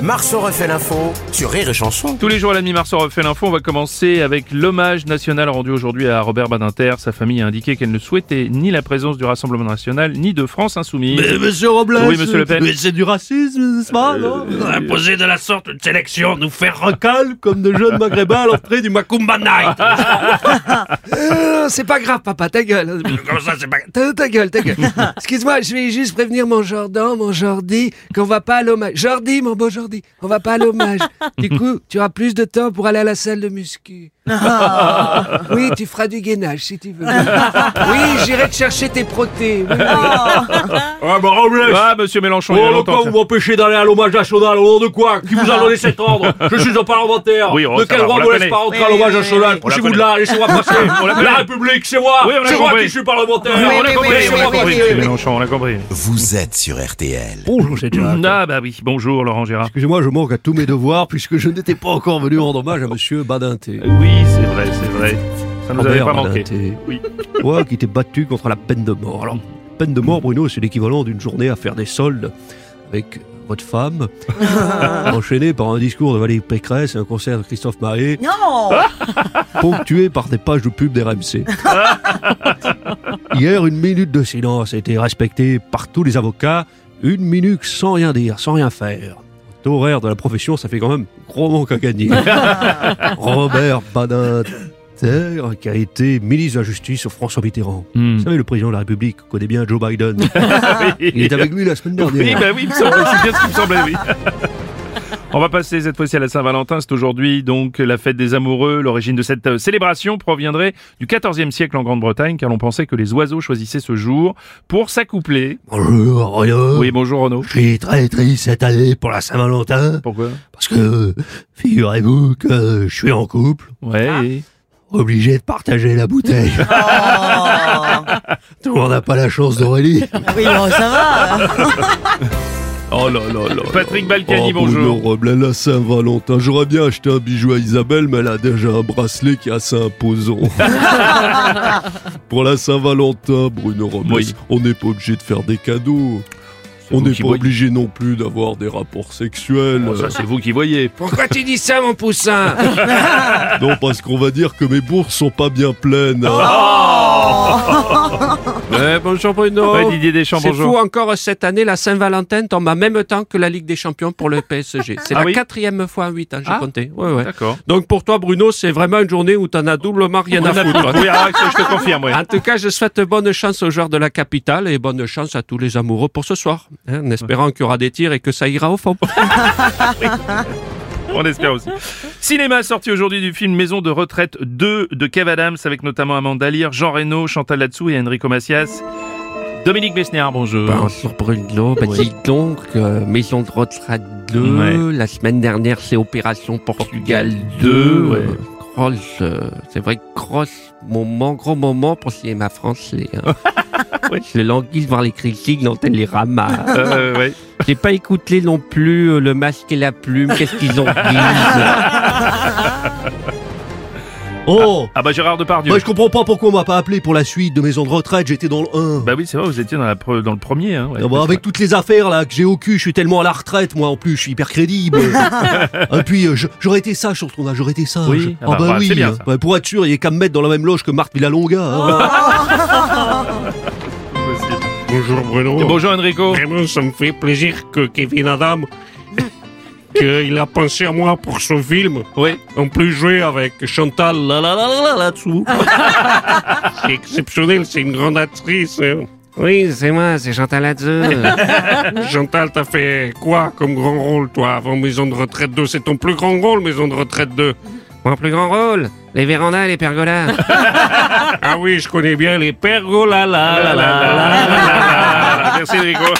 Marceau refait l'info sur Rire et Chanson. Tous les jours à la mi-mars, on refait l'info. On va commencer avec l'hommage national rendu aujourd'hui à Robert Badinter. Sa famille a indiqué qu'elle ne souhaitait ni la présence du Rassemblement National, ni de France Insoumise. Mais, monsieur Robles Oui, monsieur Le Pen. Euh, mais C'est du racisme, n'est-ce pas non Imposer de la sorte une sélection, nous faire recal comme de jeunes maghrébins à l'entrée du Macumba Night Euh, c'est pas grave, papa, ta gueule. Comme ça, c'est pas... Ta, ta gueule, ta gueule. Excuse-moi, je vais juste prévenir mon Jordan, mon Jordi, qu'on va pas à l'hommage. Jordi, mon beau Jordi, on va pas à l'hommage. Du coup, tu auras plus de temps pour aller à la salle de muscu. Oui, tu feras du gainage si tu veux. Oui, j'irai te chercher tes protés. Oui, oui. Ah bah Robles Ah, monsieur Mélenchon, il y a Oh, le longtemps quoi, que vous ça. m'empêchez d'aller à l'hommage national, au nom de quoi Qui vous a donné cet ordre Je suis un parlementaire Oui, oh, De ça quel va, on droit la me laisse connaît. pas rentrer à l'hommage national On la Poussez-vous de connaît. là, laissez-moi passer On la La connaît. République, c'est moi Oui, on l'a C'est moi compris. qui suis parlementaire Ah, on l'a compris, on Laissez-moi l'a compris, passer. monsieur Mélenchon, on l'a compris. Vous êtes sur RTL. Bonjour, c'est Jacques. Ah, bah oui. Bonjour, Laurent Gérard. Excusez-moi, je manque à tous mes devoirs puisque je n'étais pas encore venu rendre hommage à monsieur Badinté. Oui, c'est vrai, c'est vrai. Ça nous avait Robert Ah, pas manqué. Badinté. Oui. Moi qui t'ai battu contre la peine de mort. Alors, peine de mort, Bruno, c'est l'équivalent d'une journée à faire des soldes avec votre femme, enchaînée par un discours de Valérie Pécresse et un concert de Christophe Maé, Non ponctué par des pages de pub des RMC. Hier, une minute de silence a été respectée par tous les avocats, une minute sans rien dire, sans rien faire. Au taux horaire de la profession, ça fait quand même gros manque à gagner. Robert Badinter, qui a été ministre de la Justice sur François Mitterrand. Hmm. Vous savez, le président de la République connaît bien Joe Biden. Il Oui, est avec lui la semaine Oui, dernière. bah oui, il me semblait, c'est bien ce qui me semblait, oui. On va passer cette fois-ci à la Saint-Valentin. C'est aujourd'hui donc la fête des amoureux. L'origine de cette euh, célébration proviendrait du XIVe siècle en Grande-Bretagne, car l'on pensait que les oiseaux choisissaient ce jour pour s'accoupler. Bonjour, Bruno. Oui, bonjour Renaud. Je suis très triste cette année pour la Saint-Valentin, Pourquoi parce que figurez-vous que je suis en couple, Ouais. et- obligé de partager la bouteille. Ah. Tout le monde n'a pas la chance d'Aurélie. Oui, bon, ça va Oh là là là. Patrick Balkany, bonjour. Ah, Robles, la Saint-Valentin. J'aurais bien acheté un bijou à Isabelle, mais elle a déjà un bracelet qui est assez imposant. Pour la Saint-Valentin, Bruno Robles, Oui. on n'est pas obligé de faire des cadeaux. C'est On vous n'est qui pas voyez. obligé non plus d'avoir des rapports sexuels. Bon, ça, c'est vous qui voyez. Pourquoi tu dis ça, mon poussin non, parce qu'on va dire que mes bourses sont pas bien pleines. hein. Bonjour Bruno. Ouais, Didier Deschamps, C'est bonjour. fou encore cette année, la Saint-Valentin tombe en même temps que la Ligue des Champions pour le PSG. C'est Ah la oui quatrième fois en huit ans, j'ai Ah. compté. Ouais, ouais. D'accord. Donc pour toi, Bruno, c'est vraiment une journée où t'en as doublement rien à foutre. Oui, alors, Ah, ça, je te confirme, oui. En tout cas, je souhaite bonne chance aux joueurs de la capitale et bonne chance à tous les amoureux pour ce soir, hein, en espérant qu'il y aura des tirs et que ça ira au fond. On espère aussi. Cinéma sorti aujourd'hui du film Maison de retraite 2 de Kev Adams avec notamment Amanda Lear, Jean Reno, Chantal Latsou et Enrico Macias. Dominique Besnéard, bonjour. Bonjour Bruno, bah, dis donc, euh, Maison de retraite 2, Ouais. la semaine dernière c'est Opération Portugal 2. Deux, ouais. euh, grosse, euh, c'est vrai, gros moment, gros moment pour cinéma français. hein. Ouais. Je languis de voir les critiques dans Télérama. Euh, ouais. J'ai pas écouté non plus euh, Le Masque et la Plume, qu'est-ce qu'ils ont dit Oh Ah bah Gérard Depardieu. Moi, je comprends pas pourquoi on m'a pas appelé pour la suite de Maison de retraite, j'étais dans le 1. Bah oui, c'est vrai, vous étiez dans, la pre- dans le premier. Hein, ouais. Ah bah, avec toutes les affaires là que j'ai au cul, je suis tellement à la retraite, moi en plus, je suis hyper crédible. Et puis euh, je- j'aurais été sage sur ce tournage, j'aurais été sage. Oui, ah ah bah, bah, bah, oui. c'est bien, ça. Oh, Bah, pour être sûr, il n'y a qu'à me mettre dans la même loge que Marthe Villalonga. hein. Bonjour Bruno. Et bonjour Enrico. Vraiment, ça me fait plaisir que Kevin Adam, qu'il a pensé à moi pour son film. Oui. En plus, jouer avec Chantal là là là là là là-dessous. c'est exceptionnel, c'est une grande actrice. hein. Ah. Oui, c'est moi, c'est Chantal Latsou. Chantal, t'as fait quoi comme grand rôle, toi, avant Maison de Retraite 2 C'est ton plus grand rôle, Maison de Retraite 2. Mon plus grand rôle, les vérandas et les pergolas. Ah oui, je connais bien les pergolas là là là là. Merci Enrico.